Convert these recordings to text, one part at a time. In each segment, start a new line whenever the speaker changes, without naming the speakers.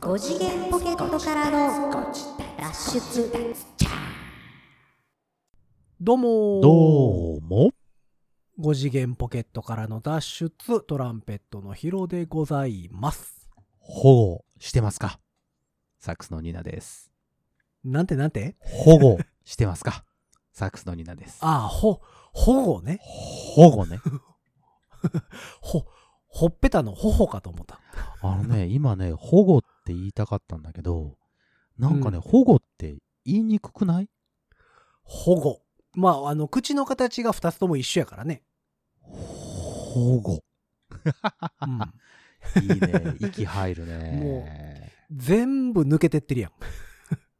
5次元ポケットからの脱出
どうもー
どうも。
5次元ポケットからの脱出トランペットのヒロでございます
保護してますかサックスのニナです。
なんてなんて
保護してますかサックスのニナです。
ああほ保護ね
保護ね。
ほほっぺたの頬かと思った
あの ね、今ね、保護って言いたかったんだけど、なんかね、
うん
保護って言いにくくない
保護まああの口の形が2つとも一緒やからね、
保護。
うん、
いいね。息入るね。
全部抜けてってるやん、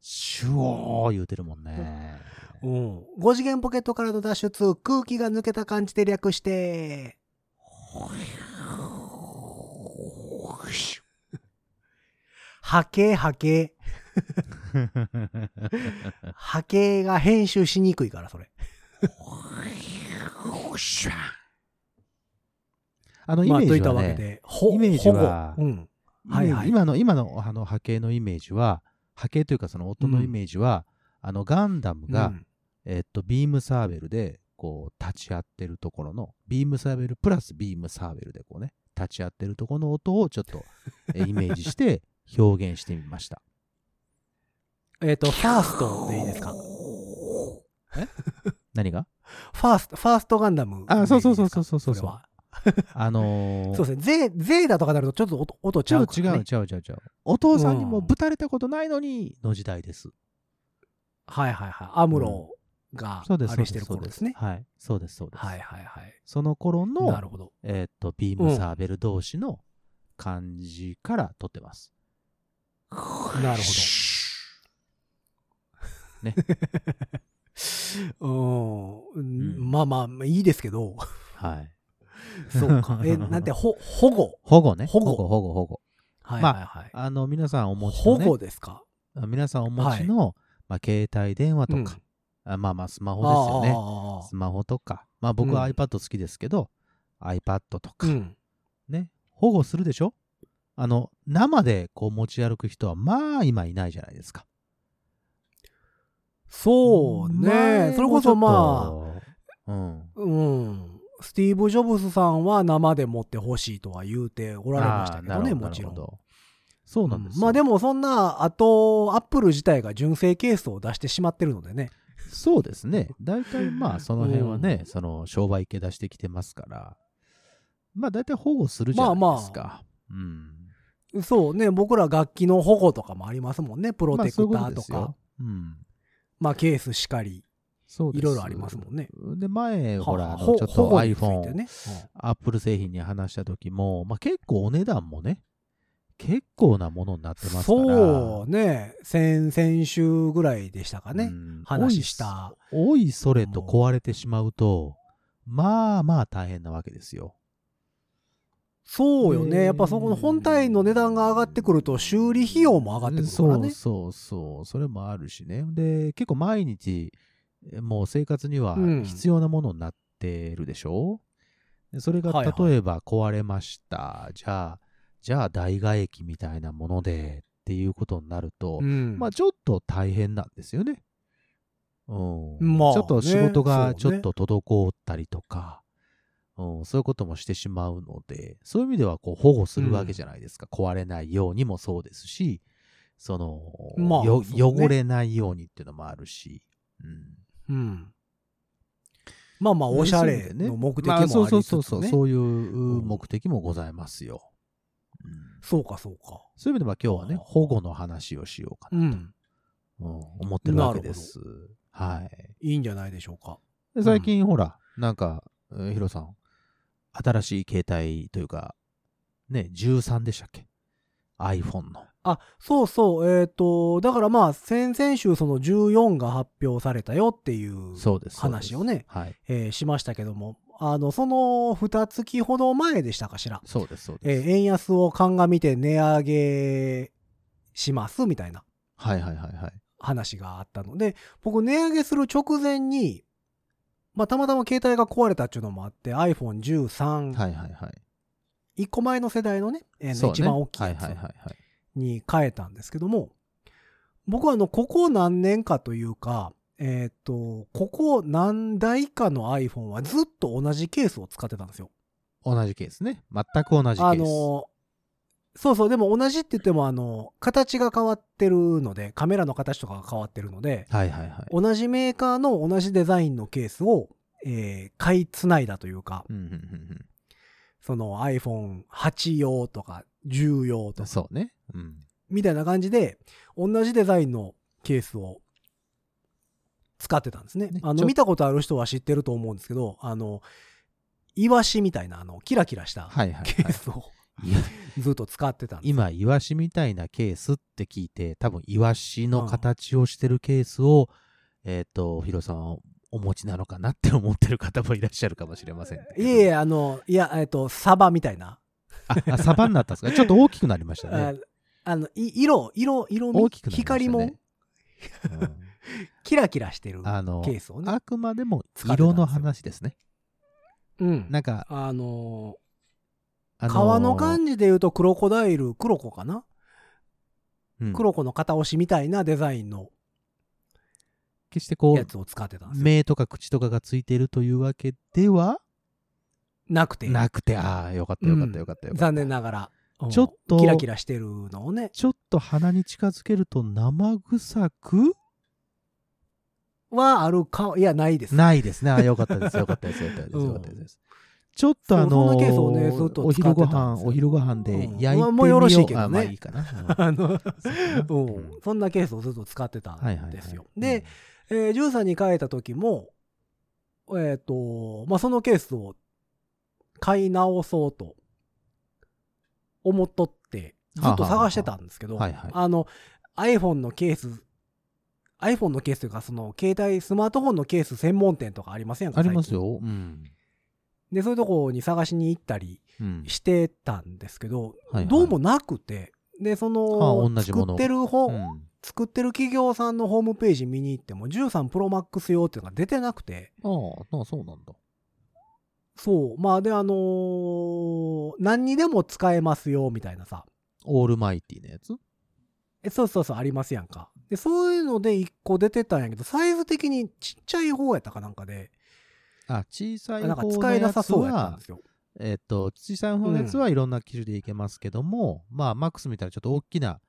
シュオー言うてるもんね。
うん、5次元ポケットからの脱出空気が抜けた感じで略して波形波形波形が編集しにくいからそれ
あのイメ
まあ、と
ー
い
ジ
った
は
わけ
ね、
で、ほ
イメージは
ほぼうん。は
はいい
はい
今の今のあの波形のイメージは波形というかその音のイメージは、あのガンダムが、
うん
えっと、ビームサーベルでこう立ち会ってるところのビームサーベルプラスビームサーベルでこうね立ち会ってるところの音をちょっとえイメージして表現してみました。
えっ、と、ファーストでいいですかフ
何が
ァースト、ファーストガンダムでいいですか。
あそうそうそうそうそうそう
れは
あのー
そうですね。ゼーゼーダとかなるとちょっと音音ち
ち
ゃ
ょ
う
っ
か
と
ら、
違
ね。
う違う違う違う。お父さんにもぶたれたことないのにの時代です。
はいはいはい。アムロが
そうです。
あれしてる
そう
頃ですね。
はい。そうです、そうです。
はいはいはい。
その頃の、
なるほど。
えーっと、ビームサーベル同士の感じから撮ってます。
なる
ね。
ほど。うん。
うん
まあまあ、いいですけ ど。
はい。
そうか。え、なんて、ほ、保護。
保護ね。
保
保
護
護、保護、保護。
はいはいはい。
あの、皆さんお持ち
保
の、ね、
護ですか。
皆さんお持ちの、まあ、携帯電話とか、あまあまあ、スマホですよ
あ
ね。
あああああ
スマホとか、まあ僕は
うん
iPad 好きですけど、iPad とか、
うん。
ね、保護するでしょあの、生でこう持ち歩く人は、まあ今いないじゃないですか。
そうね。それこそまあ、
あ、うん。
うん。スティーブ・ジョブズさんは生で持ってほしいとは言うておられましたけどね、
あー
もちろ。ん。
なるほどなるほどそうなんです
う
よ
んまあでもそんな、あと、アップル自体が純正ケースを出してしまってるのでね。
そうですね。大体まあその辺はね、その商売系出してきてますから、まあ大体保護するじゃないですか。うん。
そうね、僕ら楽器の保護とかもありますもんね。プロテクタ
まあそういう
ー
ことです
か。まあ
よ、うん。
ケースしかり、
そうです
いろいろありますもんね。
で、前、ほら、あ
ほ
のちょっ
保
と
護につい
iPhone、
てね
アップル製品に話した時も、まあ結構お値段もね、結構なものになって
うん
ますから。
そうね、先々週ぐらいでしたかね。
うん
話した。
おいおいそれと壊れてしまうと、まあまあ大変なわけですよ。
そうよね。やっぱそこの本体の値段が上がってくると修理費用も上がってくるからね。
そうそうそうそれもあるしねで結構毎日えもう生活には
うん
必要なものになってるでしょ、でそれが
はいはい
例えば壊れました、じゃあじゃあ代替液みたいなものでっていうことになると、
うん
まあちょっと大変なんですよね。うん。
まあね
ちょっと仕事がち
そう
ょ
ね
っと滞ったりとか、うん、そういうこともしてしまうので、そういう意味ではこう保護するわけじゃないですか。壊れないようにもそうですし、その、
まあ
よ
そうね
汚れないようにっていうのもあるし、うん。
うん。まあまあ、おしゃれ
そういう意味で
の目的も
ま
あり
あ、
つつ、ね
そうそうそうそう、
そ。
そうういう目的もございますよ。うん、
か、そうか。
そういう意味では今日はね、保護の話をしようか
う
な、
ん。
うん思ってるわけです。はい。
いいんじゃないでしょうか。
で最近、ほら、なんか、えーヒロさん、新しい携帯というか、ね、13でしたっけ ?iPhone の。
あ、そうそう。えっ、と、だからまあ、先々週、その14が発表されたよっていう
そうです。
話をね、
はい。
えーしましたけども、あの、その2月ほど前でしたかしら。
そうです、そう
え
です。
ー円安を鑑みて値上げしますみたいな
はいはいはいはい。
話があったので、僕、値上げする直前に、まあ、たまたま携帯が壊れたっていうのもあって、iPhone13、
はいはいはい。
1個前の世代のね、えー
そうね
一番大きいやつ
はいはいはいはい。
に変えたんですけども、僕はあの、ここ何年かというか、えーっと、ここ何台かの iPhone はずっと同じケースを使ってたんですよ。
同じケースね。全く同じケース。
あの、そうそう、でも同じって言っても、あの、形が変わってるので、カメラの形とかが変わってるので、
はいはいはい。
同じメーカーの同じデザインのケースを、えー買いつないだというか、
うんうんうん
その iPhone8 用とか10用
う
と
ん。
か、
そうね。うん。
みたいな感じで、同じデザインのケースを使ってたんですね
ね。
あ
ち
の、
ょ
見たことある人は知ってると思うんですけど、あの、イワシみたいな、あの、キラキラした
はいはい、
ケ
は
ー
い。
スを
いや
ずっと使ってたんです。
今、イワシみたいなケースって聞いて、多分、イワシの形をしてるケースを、えっ、と、ヒロさんはお持ちなのかなって思ってる方もいらっしゃるかもしれませんけど。
いえいえ、あの、いや、えっと、サバみたいな。
あ、あサバになったんですかちょっと大きくなりました
あ
ね。
あの、い色、色、色味
大きくなりましたね。
光もキラキラしてる
うん
ケ
あの、
ースをね。
あくまでも
使ってたんですよ
色の話ですね。
うん。
なんか、
あの
あの
ー、皮の感じで言うとクロコダイル、クロコかな
うん
クロコの片押しみたいなデザインの
決してこ
や
う、
つを使ってたんですよ。
目とか口とかがついているというわけでは
なくて。
なくて、ああ、よかったよかったよかったよかった。
残念ながら。うん
ちょっと
キラキラしてるのをね。
ちょっと鼻に近づけると生臭く
はあるか、いや、ないです。
ないですね。あ、よかったです。よかったです。よかったです。
うん
よかったです。ちょっとあ
そうそ
の
んなケースをねずっと
お
使
昼
って
ご
たん
飯
ですよ
お昼ご飯で焼いてみよう。
うんもうよろしいけどね
あまあいいかな。うん
あの、 う
うん
ん。そんなケースをずっと使ってた
はいはいは
ん
い
ですよ。で、、えー、13に変えた時も、えっ、と、まあ、そのケースを買い直そうと思っとって、ずっと探してたんですけど、
はあはあはあ
あの、iPhone のケース、iPhone のケースというか、その、携帯、スマートフォンのケース専門店とかありません
うん
か
あります。
最
よ。うん。
近で、そういうとこに探しに行ったり
うん
してたんですけど、
はいはい
どうもなくて、で、その、
あ同じもの
作ってる方、
うん
作ってる企業さんのホームページ見に行っても、13 Pro Max 用っていうのが出てなくて、
ああ、なそうなんだ。
そう。まあで、あのー何にでも使えますよ、みたいなさ。
オールマイティなやつ
えそうそうそう、ありますやんか。で、そういうので一個出てたんやけど、サイズ的にちっちゃい方やったかなんかで、
あ、小さい
なんか
方の
使えな
や
さ
つ
そうやったん
は
で、すよ。
えっと、小さい方のやつはいろんな機種でいけますけども、まあ、マックスみたいなちょっと大きな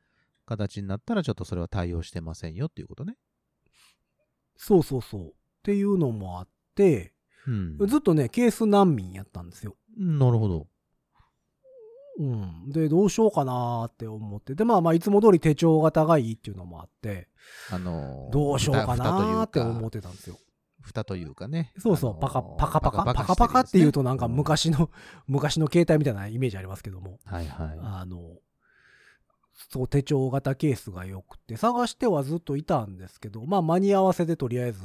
形になったら、ちょっとそれは対応してませんよっていうことね。
そうそうそう。っていうのもあって、
うん。
ずっとね、ケース難民やったんですよ。
なるほど。
うん。で、どうしようかなーって思って。で、まあまあ、いつも通り手帳が高いっていうのもあって、
あのー
どうしようかなーって思っ
うか。
てたんですよ。
蓋というかね。
そうそう、
あのー
パカパカパカ、パカパカっていうとなんか
し
昔の、昔の携帯みたいなイメージありますけども、
てるやつね。はいは
あの、そう、手帳型ケースが良くて、探してはずっといたんですけど、まあ間に合わせでとりあえず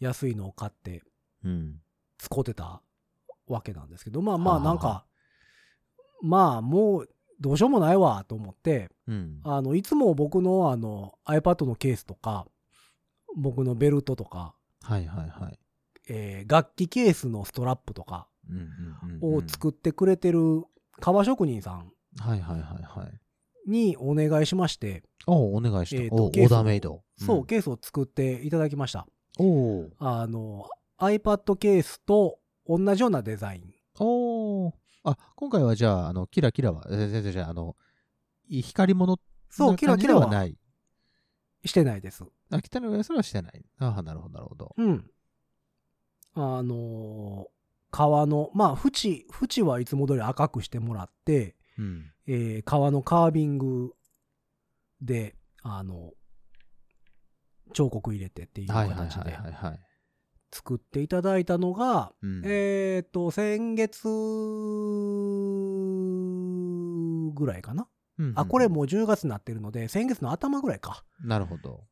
安いのを買って
い。うん。
使ってたわけなんですけど、まあま
は
あ
あ
なんか、まあもうどうしようもないわと思って、
うん。
あの、いつも僕のあの iPad のケースとか、僕のベルトとか、
はいはいはい。
えー楽器ケースのストラップとか、
うんうんうんうん
を作ってくれてる革職人さん
はいはいはいはい。
にお願いしまして、
おお願いした。
えーと
おオ
ケー
ー
スを
ダーメイド。
そう、
ん
ケースを作っていただきました。
おー
あの、iPad ケースと同じようなデザイン。
おーあ、今回はじゃあ、あの、キラキラは、えじゃあじゃあじゃあ、あの、い光り物
そう、
な
キラ
感じ
キ
で
ラ
は
は
ない。
してないです。
あ、汚いやそれはしてない。ああ、なるほど、なるほど。
うん。あのー革の、まあ、縁、縁はいつも通り赤くしてもらって、
うん。
えー革のカービングで、あの、彫刻入れてっていう
はいはい
形
はい
で
はいはい。
作っていただいたのが、
うん
えっ、と、先月ぐらいかな。
うんうん
あ、これもう10月になってるので、先月の頭ぐらいか。
なるほど。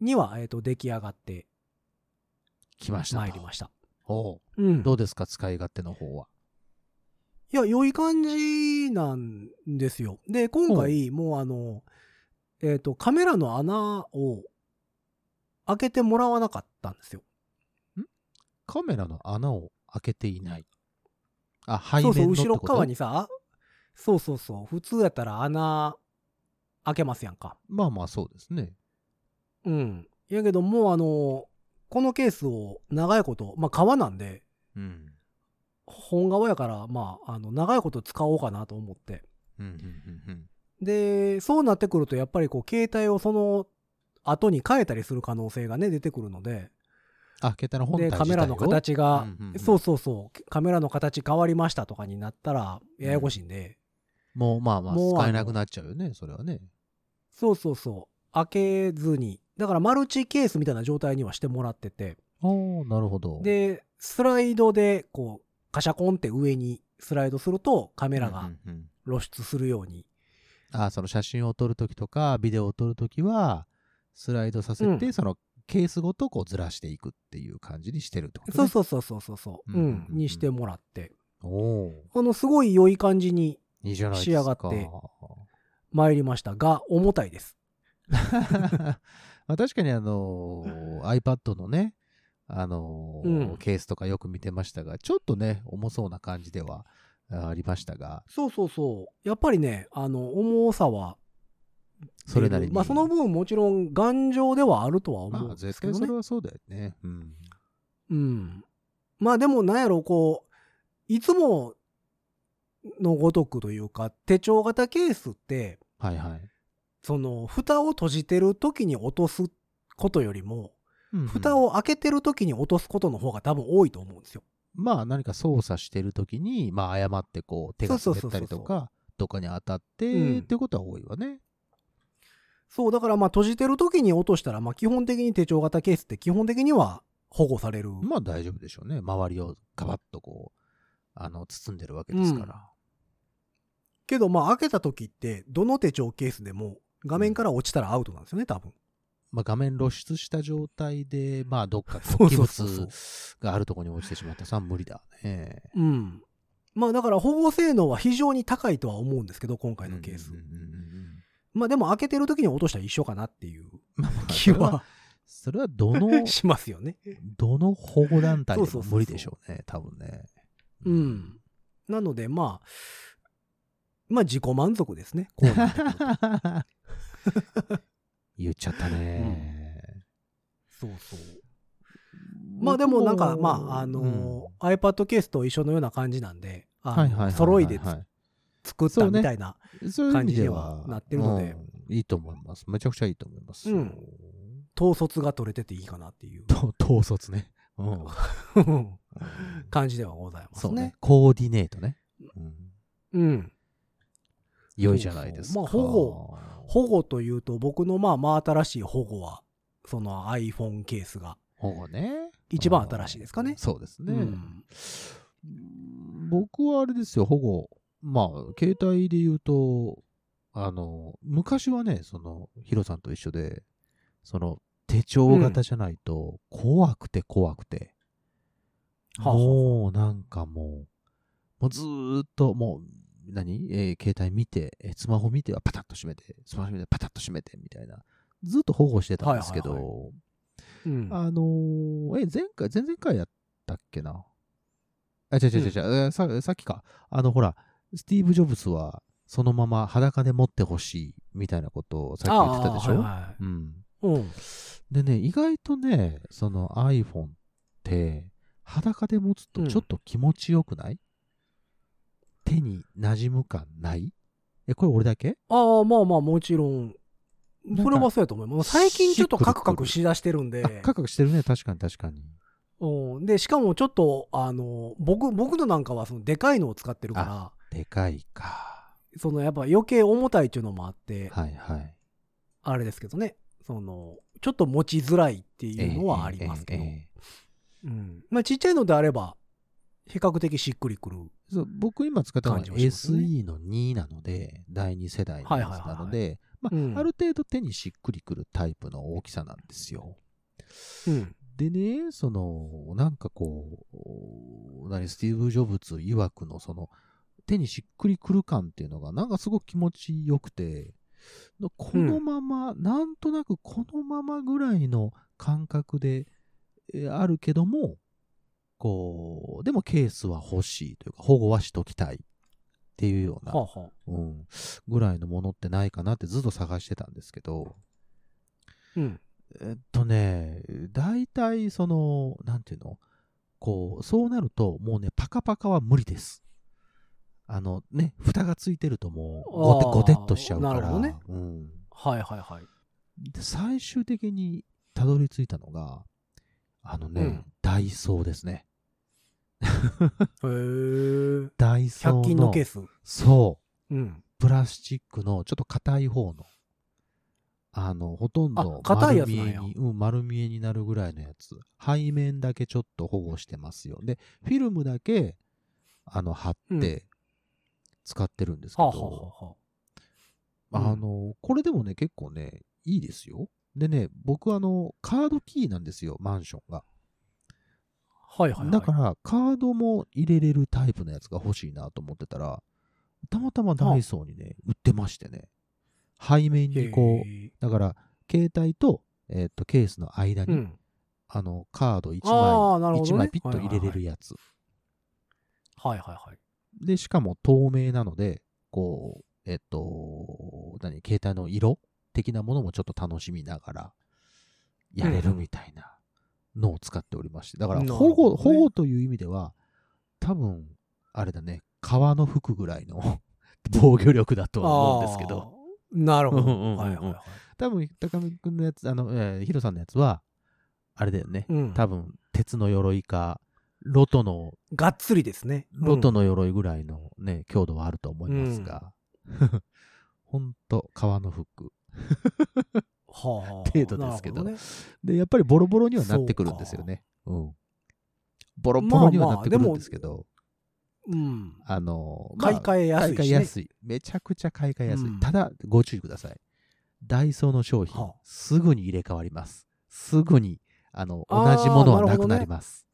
には、えっ、と、出来上がって
来ましたと。
参りました。
おう
うん。
どうですか、使い勝手の方は。
いや、良い感じなんですよ。で、今回、もうあの、えっ、と、カメラの穴を開けてもらわなかったんですよ。
カメラの穴を開けていない。あ、背
そう
面
そう、
のって
後
こと
ろ側にさ、そうそうそう、普通やったら穴開けますやんか。
まあまあそうですね。
うん。やけどもうあの、このケースを長いこと、まあ革なんで、
うん。
本革やから、まあ、あの、長いこと使おうかなと思って。
うんうんうん
で、そうなってくると、やっぱりこう、携帯をその後に変えたりする可能性がね、出てくるので、
あ、ケタの本体
で、
自体
カメラの
を
形が
うんうんう、ん
そうそうそう、カメラの形変わりましたとかになったら、ややこしいんで、
もうまあまあ
もう
使えなくなっちゃうよね、それはね。
そうそうそう、開けずに、だからマルチケースみたいな状態にはしてもらってて、
ああ、なるほど。、
で、スライドで、こう、カシャコンって上にスライドすると、カメ
カ
ラが露出するように、
あその写真を撮るときとか、ビデオを撮るときは、スライドさせて、
う
そのケースごとこうずらしていくっていう感じにしてるってこと
そう
ね。
そうそうそうそうそう、
うんうんうん
うん、にしてもらって、
う。おお、
あの、すごい良い感じに
いいじゃないですか。
仕上がって参りましたが、重たいです。
まあ、確かにあのー iPad のね、あのー
うん
ケースとかよく見てましたが、ちょっとね、重そうな感じではあありましたが、
そうそうそう。やっぱりね、あの、重さは、
それなりに。
まあ、その分もちろん頑丈ではあるとは思
ま
う
あ、
んで
絶
すけ
対
ど
そ
ね。
れはそうだよね。うん。
うん。まあ、でも、なんやろ、こう、いつものごとくというか、手帳型ケースって、
はいはい。
その、蓋を閉じてる時に落とすことよりも、
うんうん
蓋を開けてる時に落とすことの方が多分多いと思うんですよ。
まあ何か操作してる時に、まあ誤ってこう手が
そう
滑
そうそう
った
そう
りとか、どっかに当たって、
うん
ってことは多いわね。
そう、だからまあ閉じてる時に落としたら、まあ基本的に手帳型ケースって基本的には保護される。
まあ大丈夫でしょうね。周りをガバッとこう、あの、包んでるわけですから。
けどまあ開けた時って、どの手帳ケースでも画面から落ちたらアウトなんですよね、多分。
まあ画面露出した状態で、まあどっか
そう
器
そうそうそう
物があるところに落ちてしまったらさ、無理だね。
うん。まあだから保護性能は非常に高いとは思うんですけど、今回のケース
うん。うんうんうん
まあでも開けてる時に落としたら一緒かなっていう
まあま あ
気
それ
は
は、それはど の、
しますよね。
どの保護団体で
そうそうそ
も
うそう
無理でしょうね、多分ね。
うん。なのでまあ、まあ自己満足ですね。こうなってくる と
言っちゃったね。
そうそう。まあでもなんか、まあ、あ
うん
の、iPad ケースと一緒のような感じなんで、あの
はいはいはいはいはい
揃いでつ作ったみたいな。
そういう意味で
感じに
は
はなってるので
うんいいと思います。めちゃくちゃいいと思います。
うん統率が取れてていいかなっていう
と統率ね。 うん。
感じではございます
そう
ね。
ね。コーディネートね。うん
うん。
良いじゃないですか。
そうそうまあ保護というと、僕のまあ真新しい保護は、その iPhone ケースが。
保護ね。
一番新しいですかね
うんそうですね。
うん
僕はあれですよ、保護。まあ、携帯で言うと、あの、昔はね、その、ヒロさんと一緒で、その、手帳型じゃないと、怖くて怖くて、
はあ
もう、なんかもう、もうずーっと、もう、何えー携帯見て、えースマホ見てはパタッと閉めて、スマホ見てパタッと閉めて、みたいな。ずっと保護してたんですけど、
はいはいうん
あのーえ、前回、前々回やったっけな。あ、違う違う違う違う、えーさ、さっきか。あの、ほら、スティーブ・ジョブスは、そのまま裸で持ってほしい、みたいなことをさっき言ってたでしょ、
ああはいはい
うん。
うん。
でね、意外とね、その iPhone って、裸で持つとちょっと気持ちよくない、手に馴染む感ないえ、これ俺だけ
ああ、まあまあ、もちろん。
んか
それはそうやと思います。最近ちょっとカクカクしだしてるんで
あ、。カクカクしてるね。確かに確かに。
うん、でしかもちょっとあの僕僕のなんかはそのでかいのを使ってるから
でかいか。
そのやっぱ余計重たいっていうのもあって
はいはい。
あれですけどねそのちょっと持ちづらいっていうのはありますけど
えーえーえ
う
ー
んまあちっちゃいのであれば比較的しっくりくる
そう僕今使ったのは
感じはしますね
SE の2なので、第2世代のやつなので、まあ、
うん
ある程度手にしっくりくるタイプの大きさなんですよ。
うん
でね、その、なんかこう、何、スティーブ・ジョブズ曰くの、その、手にしっくりくる感っていうのが、なんかすごく気持ちよくて、のこのまま、なんとなくこのままぐらいの感覚で、えーあるけども、こう、でもケースは欲しいというか、保護はしときたいっっていうような、
はあ、はあ、
うん、ぐらいのものってないかなってずっと探してたんですけど、
うん。
えっとね、大体その、なんていうのこう、そうなると、もうね、パカパカは無理です。あのね、蓋がついてるともうごて、
あー
ごてっとしちゃうから。
なるほどね
うん。
はいはいはい。
で、最終的にたどり着いたのが、あのね、
うん
ダイソーですね。
へえ。
ダイソーの。
100均のケース。
そう。
うん。
プラスチックのちょっと硬い方の、あの、ほとんど
あ硬いや
丸
つ
見え
なんや
に、うん、丸見えになるぐらいのやつ。背面だけちょっと保護してますよ。で、フィルムだけ、あの、貼っ
うん
て使ってるんですけ
はあ、
ど
は、あはあはあ、
あの、これでもね、結構ね、いいですよ。でね、僕あの、カードキーなんですよ、マンションが。
はいはいはい。
だから、カードも入れれるタイプのやつが欲しいなと思ってたら、たまたまダイソーにね、売ってましてね。背面にこう、
へえ
だから、携帯と、えーっと、ケースの間
う
に、
ん。
あの、カード1
あーなるほど
枚、
ね
一枚ピッと
はい
入
はいはい
れれるやつ。
はいはいはい。
で、しかも透明なので、こう、えっと、何、携帯の色的なものもちょっと楽しみながら、やれるみたいなのを使っておりまして、だから
なる
保
ほど
護、
ね
保護という意味では、多分、あれだね、革の服ぐらいの防御力だとは思うんですけど、
あー。なるほ
うんうんうん
ど。
うん
はいはいはい。
多分、高見君のやつ、あの、えーヒロさんのやつは、あれだよね、
うん。
多分、鉄の鎧か、ロトの
がっつりですね。
ロト
の。
の鎧ぐらいのね、強度はあると思いますが、 ほんと、革のフック。
はあはあ。
程度ですけど
なるほね
で、やっぱりボロボロにはなってくるんですよね。うん。ボロボロにはなってくるんですけど、
うん。
あ、の、まあ
買い替えやすいし、ね。
買い替えやすい。めちゃくちゃ買い替えやすい。
うん
ただ、ご注意ください。ダイソーの商品、
はあ
すぐに入れ替わります。すぐに、あの、同
あー
じもの
な
は
る
な
ほど
く
ね
なります。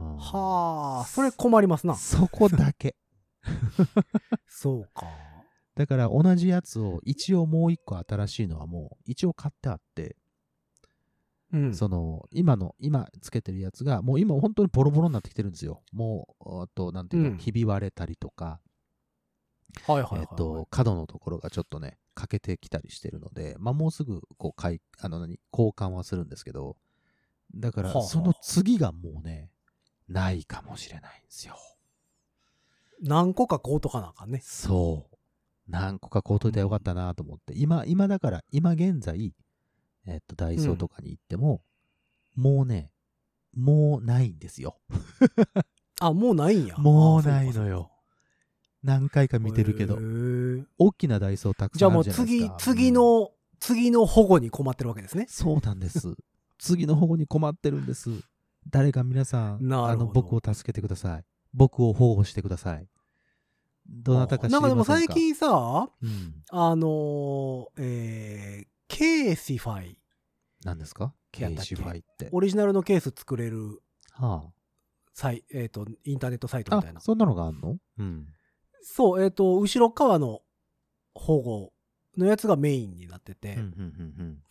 うん
はあ、それ困ります な。
そこだけ。
そうか。
だから同じやつを一応もう一個新しいのはもう一応買ってあって、
うん。
その今の今つけてるやつがもう今本当にボロボロになってきてるんですよもうあとなんていうか、
うん
ひび割れたりとか、
はいはいはいはい。
えっと、角のところがちょっとね欠けてきたりしてるので、まあ、もうすぐこう買いあの何交換はするんですけどだか
はあ
ら
はあ
その次がもうねないかもしれないんですよ
何個か買うとかなんかんね。
そう。何個か買うといたらよかったなと思って、今、今だから、今現在、えっと、ダイソーとかに行っても、もうね、もうないんですよ。
あ、もうないんや。
もうないのよ。何回か見てるけ
へ
ど、
ー
大きなダイソーたく
じ
さ
ゃあ
んあ
も
る
う
じゃない
次
ですか。、
次
うん、
の、次の保護に困ってるわけですね。
そうなんです。次の保護に困ってるんです。誰か皆さん、
な
あ
るほど
の、僕を助けてください。僕を保護してください。どなたか知り
んかでも
ませんか
最、近さ、
うん、
あのー、えー、ケーシファイ、
何ですかケ
やったっけ
ージファイって。
オリジナルのケース作れる、
はあ
サイえっ、と、インターネットサイトみたいな。
そんなのがあんのうん。
そう、えっ、と、後ろ側の保護のやつがメインになってて、
うんうん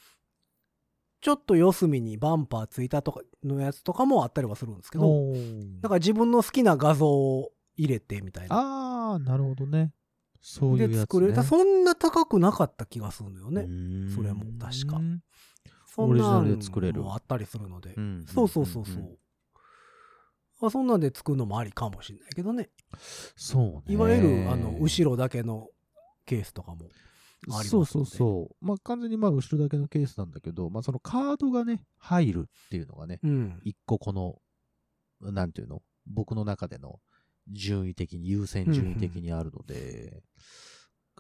ちょっと四隅にバンパーついたとかのやつとかもあったりはするんですけ
うん
ど、
お
だ
ー
から自分の好きな画像を入れてみたいな。
ああ、なるほどね。そういうやつ、
で
ね。
作れた、そんな高くなかった気がするのよ
う
ね。
ーん
それも確か
うん
そんな
オリジナルで作れる
のもあったりするので。
ん
そうそうそうそ
んん
う。あそんなんで作るのもありかもしれないけどね。
そうね。
いわゆる、あの、後ろだけのケースとかも。あります
そうそうそう。まあ完全にまあ後ろだけのケースなんだけど、まあそのカードがね、入るっていうのがね、
うん。
一個この、なんていうの僕の中での順位的に、優先順位的にあるので、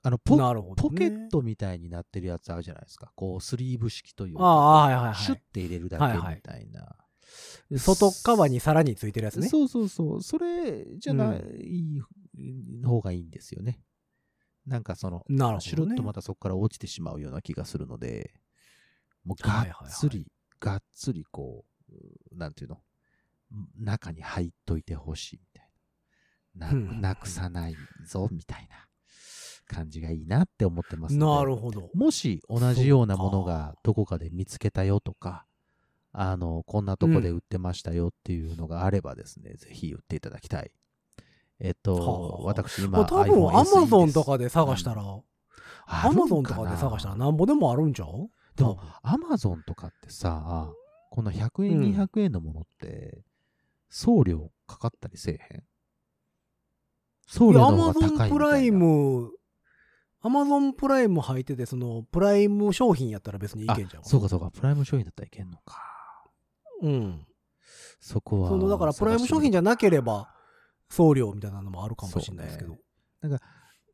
あの、ポ
なるほど、ね。
ポケッ。トみたいになってるやつあるじゃないですか。こう、スリーブ式という
あ
か、
あ、はいはい
シ
は
ュ
い。
ッて入れるだ
は
け
い
み
はい
たいな。
外側にさらについてるやつね。
そうそうそう。それじゃな
う
い方がいいんですよね。なんかその、
なる
シ
ほ
ュ
ど、
ルッ
ね。
とまたそこから落ちてしまうような気がするので、もうがっつり、がっつりこううー、なんていうの、中に入っといてほしいみたいな。
うんうんうん
ななくさないぞみたいな感じがいいなって思ってますので
なるほど。
もし同じようなもの
そう
が
か
どこかで見つけたよとか、あの、こんなとこで売ってましたよっていうのがあればですね、ぜひ売っていただきたい。えっと
は、あ
私今、
まあ、多分
iPhone SE です
Amazon とかで探したら、
あるん
Amazon とかで探したらなんぼでもあるんちゃう
でも、Amazon とかってさ、この100円、
うん
200円のものって、送料かかったりせえへん送
いや
料の方が高い
Amazon
みたいな。
プライム、Amazon プライム入ってて、その、プライム商品やったら別にい
あ
けんじゃん。
そうかそうか、プライム商品だったらいけんのか。
うん。
そこは。
その、だからプライム商品じ
ゃ
ゃなければ、送料みたいなのもあるかもしれないですけど。
そうねなんか、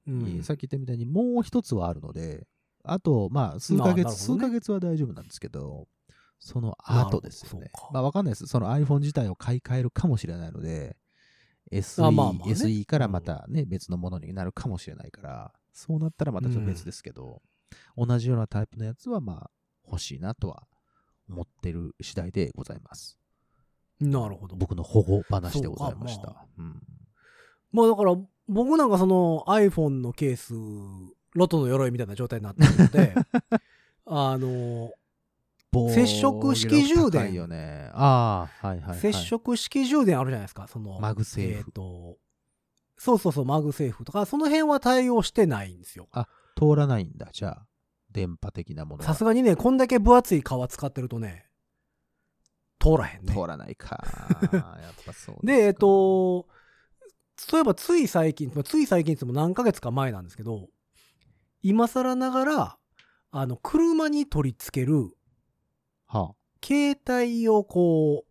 うん。
さっき言ったみたいに、もう一つはあるので、あと、まあ、数
ま
ヶ
あなる
月、
ほどね
数ヶ月は大丈夫なんですけど、その後ですよ
な
ね
るほどそう。か
まあ、わかんないです。その iPhone 自体を買い替えるかもしれないので、SE,
あまあまあね
SE からまたね、別のものになるかもしれないから、そうなったらまたちょっと別ですけど、同じようなタイプのやつは、まあ、欲しいなとは思ってる次第でございます。
なるほど。
僕の保護話でございまし
そう
た。うん
まあだから、僕なんかその iPhone のケース、ロトの鎧みたいな状態になってるの で、あの、接触式充電
防御力高いよね。ああ、はいはい、はい。
接触式充電あるじゃないですか、その、
マグセー
えっ
フ。
と、そうそうそう、マグセーフとか、その辺は対応してないんですよ。
通らないんだ、じゃあ。電波的なものは
さすがにね、こんだけ分厚い革使ってるとね、通らへんね。
通らな いか。やっぱそうすか
で、えっ、、と、そういえばつい最近、つい最近って言っても何ヶ月か前なんですけど、今更ながら、あの、車に取り付ける、
は
携帯をこ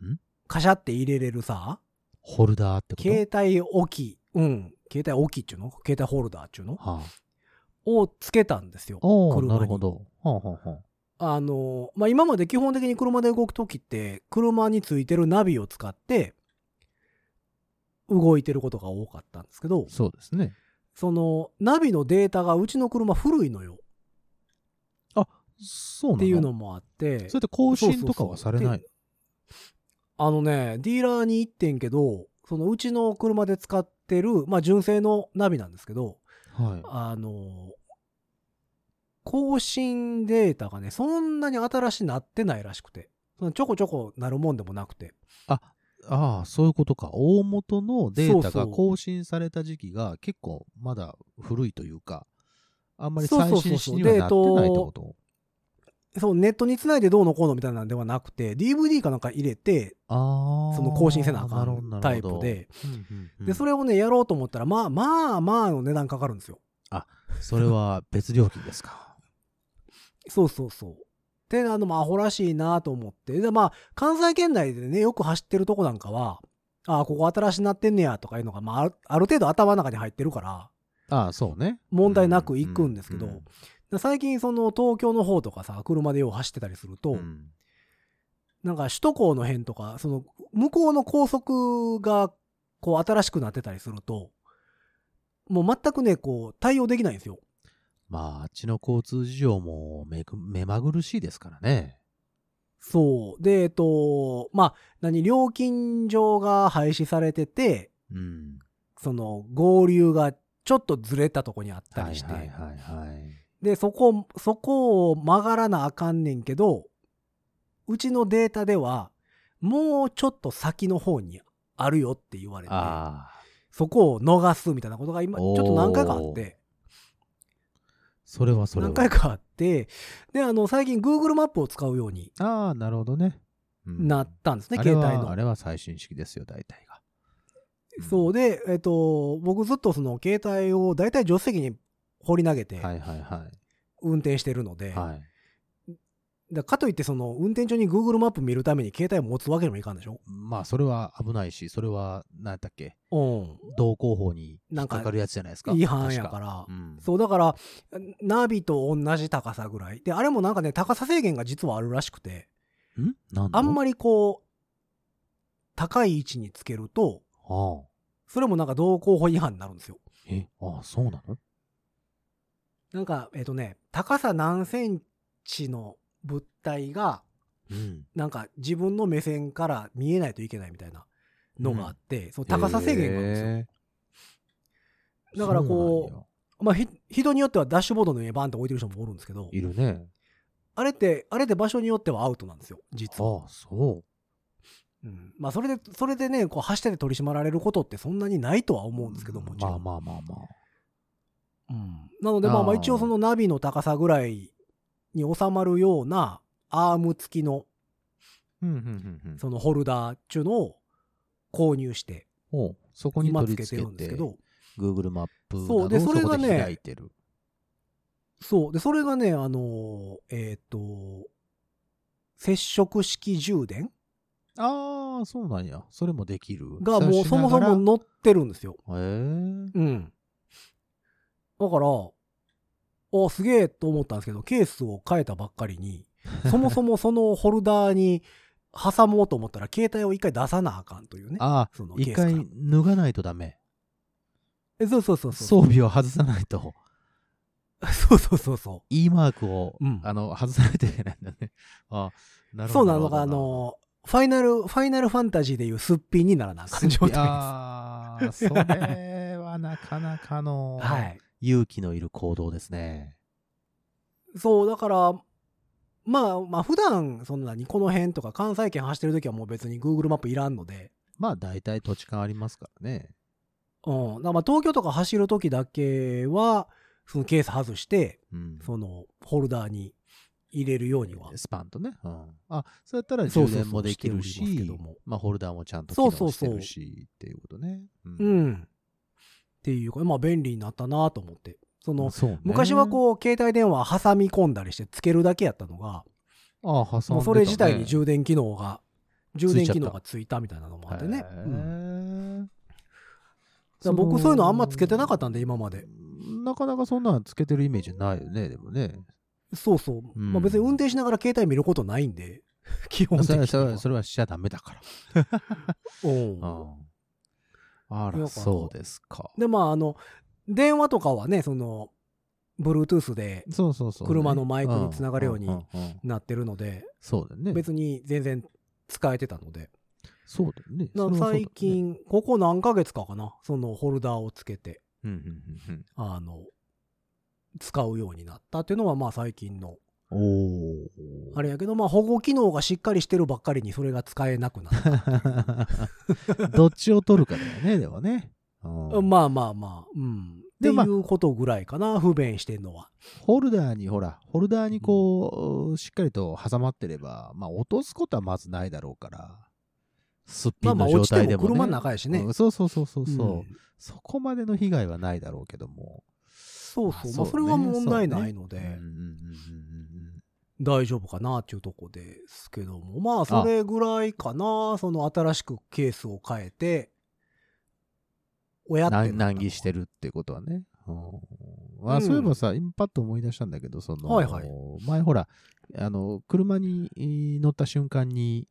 う、
ん
カシャって入れれるさ、
あ、ホルダーってこと
携帯置き、うん、携帯置きっちゅうの携帯ホルダーっちゅうの
はあ、
をつけたんですよ。
おお
車に
なるほど。はあ、はあ、は
あの、まあ、今まで基本的に車で動くときって、車についてるナビを使って、動いてることが多かったんですけど
あ、、そうですね。
その、ナビのデータがうちの車古いのよ
そうな
っていうのもあって
それ、って更新とかはされない
あのね、ディーラーに行ってんけど、そのうちの車で使ってる、まあ、純正のナビなんですけど、
はい。
あの、更新データがね、そんなに新しいなってないらしくて、そのちょこちょこなるもんでもなくて、
ああ、そういうことか。大元のデータ
そう
が
そう
更新された時期が結構まだ古いというか、あんまり
そう
最
そうそうそう
新式にはなってないってこと
そう、ネットにつないでどうのこうのみたいなのではなくて、DVD かなんか入れて、
ああ。
その更新せなあか
るほど
んタイプ。で、
なるほどうんうんうん
で、それをね、やろうと思ったら、まあまあまあの値段かかるんですよ。
それは別料金ですか。
そうそうそう。ってあのもアホらしいなと思って。で、まあ、関西圏内でね、よく走ってるとこなんかは、ああ、ここ新しいなってんねやとかいうのが、まあ、あるある程度頭の中に入ってるから、
ああ、そうね。
問題なく行くんですけど、
う
で最近その東京の方とかさ、車でよう走ってたりすると、
うん
なんか首都高の辺とか、その向こうの高速がこう新しくなってたりすると、もう全くね、こう対応できないんですよ。
まあ、あっちの交通事情もめぐ目まぐるしいですからね。
そう。で、えっと、まあ、何、料金所が廃止されてて、
うん。
その合流がちょっとずれたとこにあった
は
り
い
して、
はいはいはい。
で、そこ、そこを曲がらなあかんねんけど、うちのデータでは、もうちょっと先の方にあるよって言われて、
ああ、
そこを逃すみたいなことが今、ちょ
おー
っと何回かあって、
それはそれは。
何回かあって、で、あの、最近 Google マップを使うように
ああ、なるほどね。うん
なったんですね、
あれ
携
は
帯の
あ。れは最新式ですよ、大体が。
そうで、えっと、僕ずっとその携帯を大体助手席に放り投げて
はいはいはい。
運転してるので、
はい、
だかといってその運転中に Google マップ見るために携帯を持つわけにもいかんでしょ
まあ、それは危ないし、それは、何やったっけ、
うん。
道交法に引っかかるやつじゃないですか。
違反やか
確
ら
う。ん、
そう、だから、ナビと同じ高さぐらい。で、あれもなんかね、高さ制限が実はあるらしくて、
んなん
あん
り。
まりこう、高い位置につけると、
ああ
それもなんか道交法違反になるんですよ。
え、ああ、そうなの
なんか、えっ、とね、高さ何センチの物体が、
うん。
なんか自分の目線から見えないといけないみたいなのがあって、その高さ制限があるんですよ。
へえ
だからこう
そうなんや
まあ、ひ人によってはダッシュボードの上バンって置いてる人もおるんですけど、
いるね。
あれって、あれって場所によってはアウトなんですよ、実は。
ああ、そう。
うん、まあそれでそれでねこう走って取り締まられることってそんなにないとは思うんですけどもち
ま
ろん、
あまあまあまあ。
うん、なのでまあまあ
あー
一応そのナビの高さぐらいに収まるようなアーム付きの
うんうんうんうん。
そのホルダーっていうのを購入して
おうそこに
今
取
つ
り
けて
付
る
け
んです
て
け、ど
Google マップなど
そうで
をそ
それ
こ
がね
で開いてる。
そうでそれがねあのーえっ、と接触式充電
ああ、そうなんや。それもできる。
がもうそもそも乗ってるんですよ
ええ
うん。だから、おすげえと思ったんですけど、ケースを変えたばっかり に、そもそもそのホルダーに挟もうと思ったら、携帯を一回出さなあかんというね。
ああ、
そのケー
一
スから
回脱がないとダメ。
えそうそうそうそう。
装備を外さないと。
そうそうそうそ
E マークを、
うん
あの外さないといけないんだね。あな
う。
る
そ
ほ
う
ど。
なの
るほど
が、あ、の、ファイナル、ファイナルファンタジーでいうすっぴんにならなあかん状態です。は
ああー、それはなかなかの、
い。
勇気のいる行動ですね。
そう、だから、まあ、まあ、普段、そんなにこの辺とか関西圏走ってる時はもう別に Google マップいらんので、
まあ、大体土地勘ありますからね。
うん、だからまあ東京とか走る時だけはそのケース外して
うん。
そのホルダーに入れるようには
スパンとね。うん。あ、そうやったら
そう
充
そうそう
電もできる
しておりますけ
し
ども、
まあ、ホルダーもちゃんと機
そう
能
そう
し
そ
て
う
るし、っていうことね。う
う。んっていうかまあ便利になったなと思ってその
そうね
昔はこう携帯電話挟み込んだりしてつけるだけやったのが
ああ、挟んでたね
もうそれ自体に充電機能が充電機能がついたみたいなのもあってね
へ、
うんだか
ー
ら僕そういうのあんまつけてなかったんで今まで
なかなかそんなんつけてるイメージないよね、でもね。
そうそう、
うん
まあ、別に運転しながら携帯見ることないんで 基本的
それ
に
はそれは
は
それはしちゃダメだから。
うん
うん、あ
よく
ら、
わかん
そうですか。
でまああの電話とかはねその Bluetooth で
そうそうそう。
車のマイクにつながるように
んんうんうん
なってるので、
そうだよね。
別に全然使えてたので、
そうだよね。
な
それはそうだよね
最。近、ここ何ヶ月かかなそのホルダーをつけて
うんうんうんうん
あの使うようになったっていうのはまあ最近の
おー
あれやけどまあ保護機能がしっかりしてるばっかりにそれが使えなくなった
どっちを取るかだよね、でもね。うん
まあまあまあうんって
で
い
まあ
うことぐらいかな不便してんのは
ホルダーに、ほら、ホルダーにこう、しっかりと挟まってれば、まあ、落とすことはまずないだろうから、すっぴ
まあ
ん
まあ
の
落
状
ちて
態で
も
も、ね。
車の中やしね、
うんそうそうそうそうそう、
うん
そこまでの被害はないだろうけども。
そうそうまあそれは問題ないので、大丈夫かなっていうとこですけどもまあそれぐらいかなその新しくケースを変えて親ってなったの
難儀してるってことはね。うんあそういえばさ、今パッと思い出したんだけど、その、
はいはい
前ほら、あの、車にえー乗った瞬間に、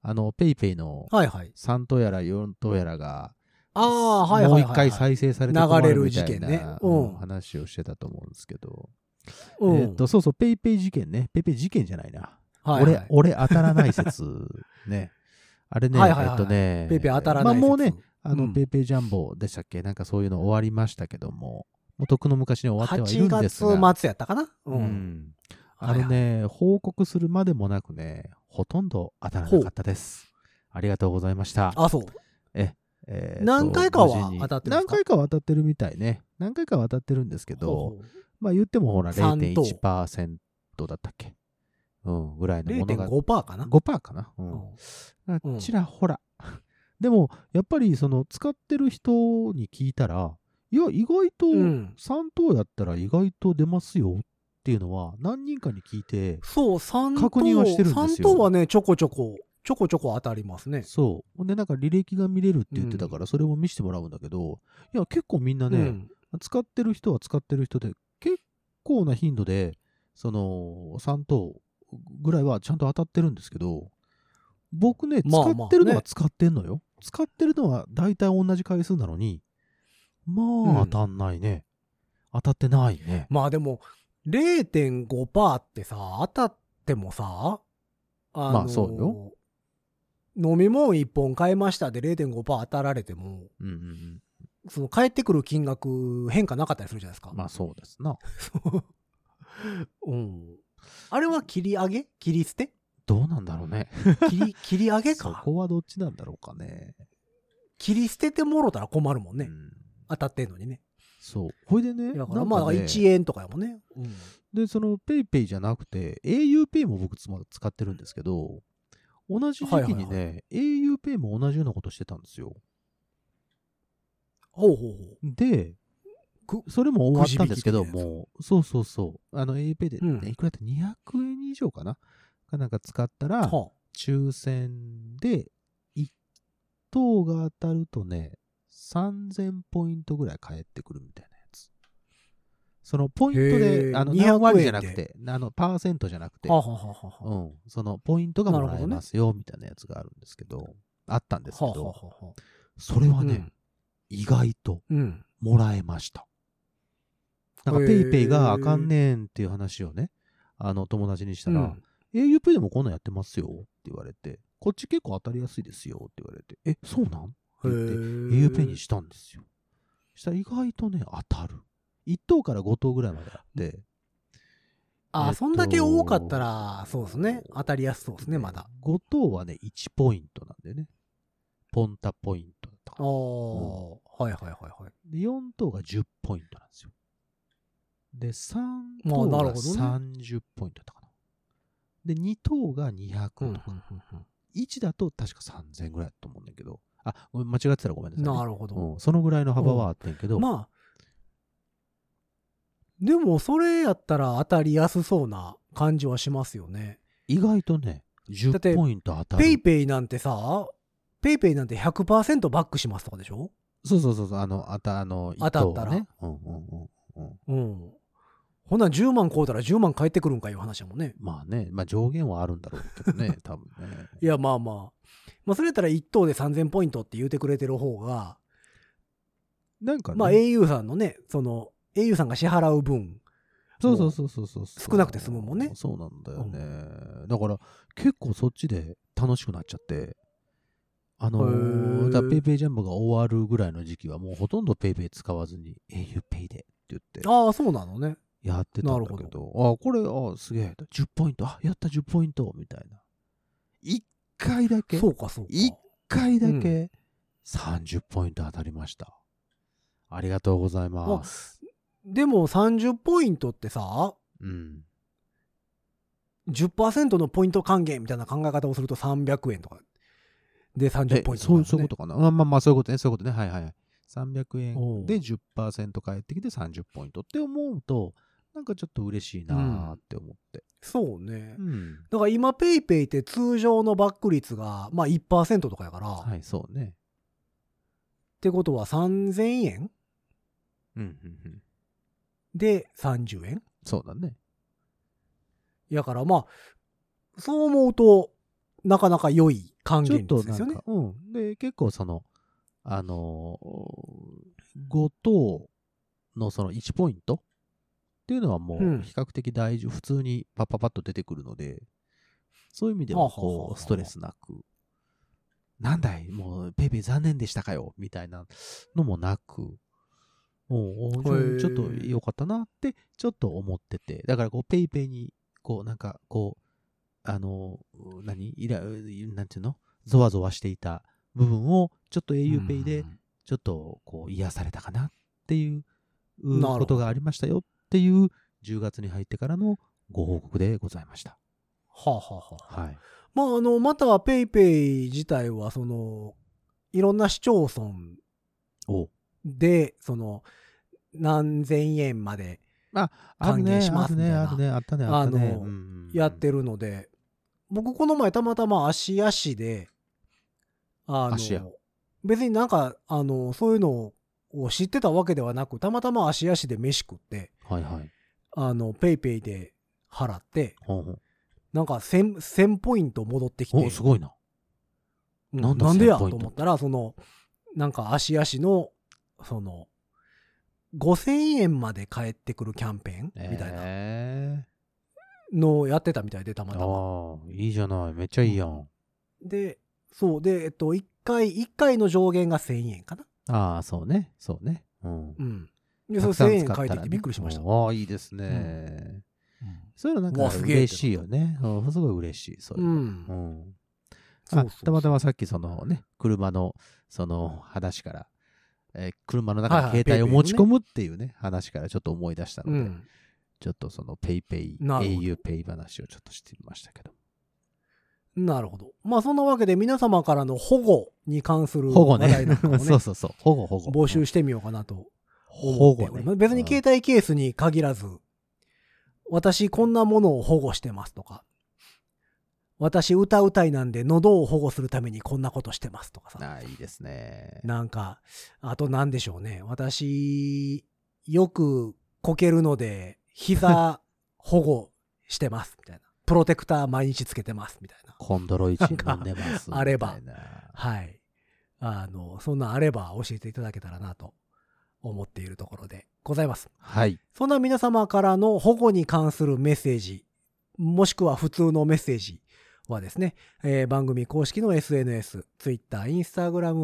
あの、ペイペイの
はいはい
3等やら4等やらが、
ああはいはいはい、はい、
もう一回再生されて
流れる
み
事
たい
件ね
な
うん
話をしてたと思うんですけど、
うん
えっと、そうそう、ペイペイ事件ね。ペイペイ事件じゃないな。
はいはい、
俺、俺当たらない説。ね。あれね、
はいはいはい
えっとね。
ペイペイ当たらない
まあ
説、
もうね、あの、
うん
ペイペイジャンボでしたっけなんかそういうの終わりましたけども、もうとっくの昔に終わってはいる
8
んですが。
月末やったかなうん、
うん。あのね、報告するまでもなくね、ほとんど当たらなかったです。ありがとうございました。
あそう
えーと
何回かは
無事に
当たってるんです
何
か
回かは当たってるみたいね。何回かは当たってるんですけど、
ほう
まあ言ってもほら
3等
0.1%だったっけうん、ぐらいのものが。
0.5%かな
5%かな。う
うんん。
あ
うん
ちらほら。でも、やっぱりその使ってる人に聞いたら、いや、意外と
うん
3等やったら意外と出ますよっていうのは何人かに聞いて、
そう3等
確認はしてるんですよ
3等はねちょこちょこちょこちょこ当たりますね
そう。ほんで、なんか履歴が見れるって言ってたから、それも見せてもらうんだけど、いや、結構みんな
う
ね、
ん
使ってる人は使ってる人で、結構な頻度で、その、3等ぐらいはちゃんと当たってるんですけど、僕ね、
まあ
使
まあ
ってるの
ね
は使ってんのよ。使ってるのは大体同じ回数なのに、ま
う
あ
ん
当たんないね。当たってないね。
まあでも0.5%ってさ当たってもさあ
まあそうよ
飲み物1本買いましたで0.5%当たられても
うんうん
その返ってくる金額変化なかったりするじゃないですか、
うん。まあそうですな。
そううん、あれは切り上げ切り捨て
どうなんだろうね。
切り、切り上げ
そ
か。
こはどっちなんだろうかね。
切り捨ててもろたら困るもんね。
うん
当たってんのにね。
そう。ほいでね、
だか
な
ら
ん
まあ、
ね
1円とかやもんね。うん。
で、その PayPay じゃなくて、auPay も僕つま使ってるんですけど、同じ時期にね、
はいは
auPay も同じようなことしてたんですよ。
ほうほうほう。
で
く、
それも終わったんですけど、
くじ引き的なやつ
もう、そうそうそう。あの auPay で、ね
うん
いくらだって200円以上かなかなんか使ったら、
は
抽選で、1等が当たるとね、3000ポイントぐらい返ってくるみたいなやつ。そのポイント
へ
で、
ー
あの、
200円で
何割じゃなくて、あの、パーセントじゃなくて
あ、はあはあはあはあ。
うん、そのポイントがもらえますよみたいなやつがあるんですけど、あったんですけ
はあは
ど、
あはあは
それは
あ。
ね、意外と
うん。うん。
もらえました。なんか
へー
ペイペイがあかんねんっていう話をね、あの友達にした
う
ら、
ん
auPay でもこんなんやってますよって言われて、こっち結構当たりやすいですよって言われて、え、そうなん
へ
って言って、
ー
auPay にしたんですよ。したら意外とね、当たる。1等から5等ぐらいまであって、え
あ、
っと
そんだけ多かったら、そうですね。当たりやすそうですね、まだ。。
5等はね、1ポイントなんだよね。ポンタポイントだったか
あ
な
あ、はいはいはいはい。
で、4等が10ポイントなんですよ。で、3
まあ
等
なる
が
ほどね
30ポイントだったかな。で、2等が200
うんうん
とか、
うん
1だと確か3000ぐらいだと思うんだけど、あ、ごめん間違ってたらごめん
う
な
ん
さいね、
なるほど。
うんそのぐらいの幅はあってんけど、
まあ、でもそれやったら当たりやすそうな感じはしますよね。
意外とね、
だって
10ポイント当たる。
ペイペイなんてさ、ペイペイなんて100%バックしますとかでしょ
そうそうそうそう、あの、あた、あの、
当たったら
1等はね。うんうんうんうん。
うん。ほな10万買うたら10万返ってくるんかいう話やもんね。
まあね、まあ上限はあるんだろうけ どね、多分ね。
いや、まあまあ。まあ、それやったら1等で3000ポイントって言うてくれてる方が、
なんかね、
まあ au さんのね、その、au さんが支払う分、
そうそうそうそうそう。
少なくて済むもんね
そうなんだよね。だから、結構そっちで楽しくなっちゃって、あの
へ
ー、
ー
だペイペイジャンボが終わるぐらいの時期はもうほとんどペイペイ使わずに auPay でって言って
ああ、そうなのね。
やってたんだ
な
け
る
ど、あ、これ、あ、すげえ、10ポイント、あ、やった10ポイント、みたいな。1回だけ、
そ
1
うか、そうか。
一回だ
う
け30ポイント当たりました。ありがとうございます。
でも30ポイントってさ、
うん。
10%のポイント還元みたいな考え方をすると300円とかで
え
30ポイント
そう
とか
そう
ね
いうことかな。まあまあまあ、そういうことね、そういうことね。はいはいはい。300
おう
円で10%返ってきて30ポイントって思うと、なんかちょっと嬉しいなーって思って。
そうね
うん。
だから今ペイペイって通常のバック率がまあ1%とかやから、
は
っ
い、そうね。
てことは3000円
うん、うん、うん。
で30円
そうだね。
やからまあそう思うとなかなか良い還
ちょっ
元
と
率
な
で
ん
す
か、
よね
うん。で、結構その、あのー、5等のその1ポイントっていうのはも
うん
う比較的大事、普通にパッパパッと出てくるので、そういう意味では
はあはあはあ
こ
はあ
う、ストレスなく、なんだいもう、ペイペイ残念でしたかよみたいなのもなく、おうおう
へえ
ちょっと良かったなって、ちょっと思ってて。だから、こう、ペイペイに、こう、なんか、こう、あの、何いら、なんていうのゾワゾワしていた部分を、ちょっと auPay で、ちょっと、こう、癒されたかなっていう、う
なるほど
ことがありましたよっていう、10月に入ってからのご報告でございました。
はあはあはあ
はい。
まあ、あの、またはペイペイ自体は、その、いろんな市町村
お
で、その、何千円まで
ある
歓迎
ね、
しま
あ
す
る
みたい
ね、
な
あるね、あったね、あった
あ
ね
の。
うんうんうん
やってるので、僕この前たまたま芦屋市で、あ
芦屋
の、別になんか、あの、そういうのを知ってたわけではなく、たまたま芦屋市で飯食って、
はいはい。
あの、ペイペイで払って、
ほうほう
なんか1000、1000ポイント戻ってき
お、
て、
すごいな。
うん
なんだ
なんでや
1000
と
ポイント
思ったら、その、なんか、芦屋市の、その、5000円まで返ってくるキャンペーンみたいな
え
のをやってたみたいで、た
え
またま。
ああ、いいじゃない。めっちゃいいやん。
で、そう、で、えっと、1回、一回の上限が1000円かな。
ああ、そうね。そうね。うん。
うん。で、
た
その
くさん
1000
使っ
円
た
返って
ら
きて
ね
びっくりしました。
おーああ、いいですね。そういうのなん
う
か
わすげえ
嬉しいよね。うん、すごい嬉しい。そういううの。
ん
う。ん
そう
あ
そうそう
たまたまさっきそのね、車のその話から、えー車の中
は
に
いはい
携帯を
ペイペイを
持
ね
ち込むっていうね、話からちょっと思い出したの
う
で、
ん。
ちょっとそのペイペイ、
なるほど
au ペイ話をちょっとしてみましたけど。
なるほど。まあそんなわけで皆様からの保護に関する
保護
話
ね
題なんかをね、
そうそうそう。保護保護。
募集してみようかなと
保
思って
護
おり
ね
ます。。別に携帯ケースに限らず、私こんなものを保護してますとか、私歌うたいなんで喉を保護するためにこんなことしてますとか
うん
さ、
ああ、いいですね。
なんか、あと何でしょうね。私、よくこけるので、膝保護してますみたいな。プロテクター毎日つけてますみたいな。
コンドロイチン飲んでますみたいな。
あればはい。あの、そんなんあれば教えていただけたらなと思っているところでございます。
はい。
そんな皆様からの保護に関するメッセージ、もしくは普通のメッセージはですね、えー番組公式の SNS、Twitter、Instagram、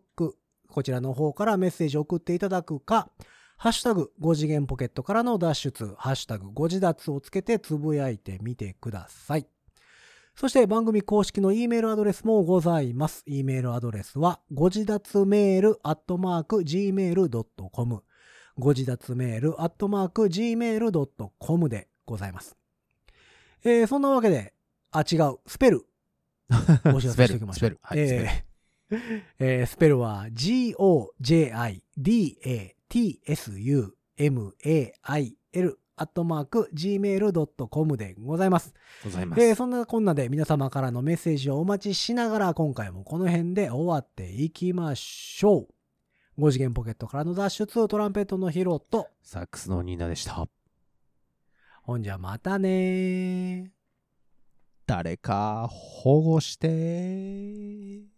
Facebook、こちらの方からメッセージを送っていただくか、ハッシュタグ5次元ポケットからの脱出、ハッシュタグ5次脱をつけてつぶやいてみてください。そして番組公式の E メールアドレスもございます。E メールアドレスは、ご自立メールアットマーク Gmail.com。ご自立メールアットマーク Gmail.com でございます。えーそんなわけで、あ、違う、ス ペル。お知らせしておきましょう。
スペルスペルはい
えーえースペルは GOJIDATSUMAIL アットマーク Gmail.com でございます。
ございます。
えーそんなこんなで皆様からのメッセージをお待ちしながら今回もこの辺で終わっていきましょう5次元ポケットからの脱出トランペットのヒロと
サックスのニーナでした。
ほんじゃまたねー
誰か保護して。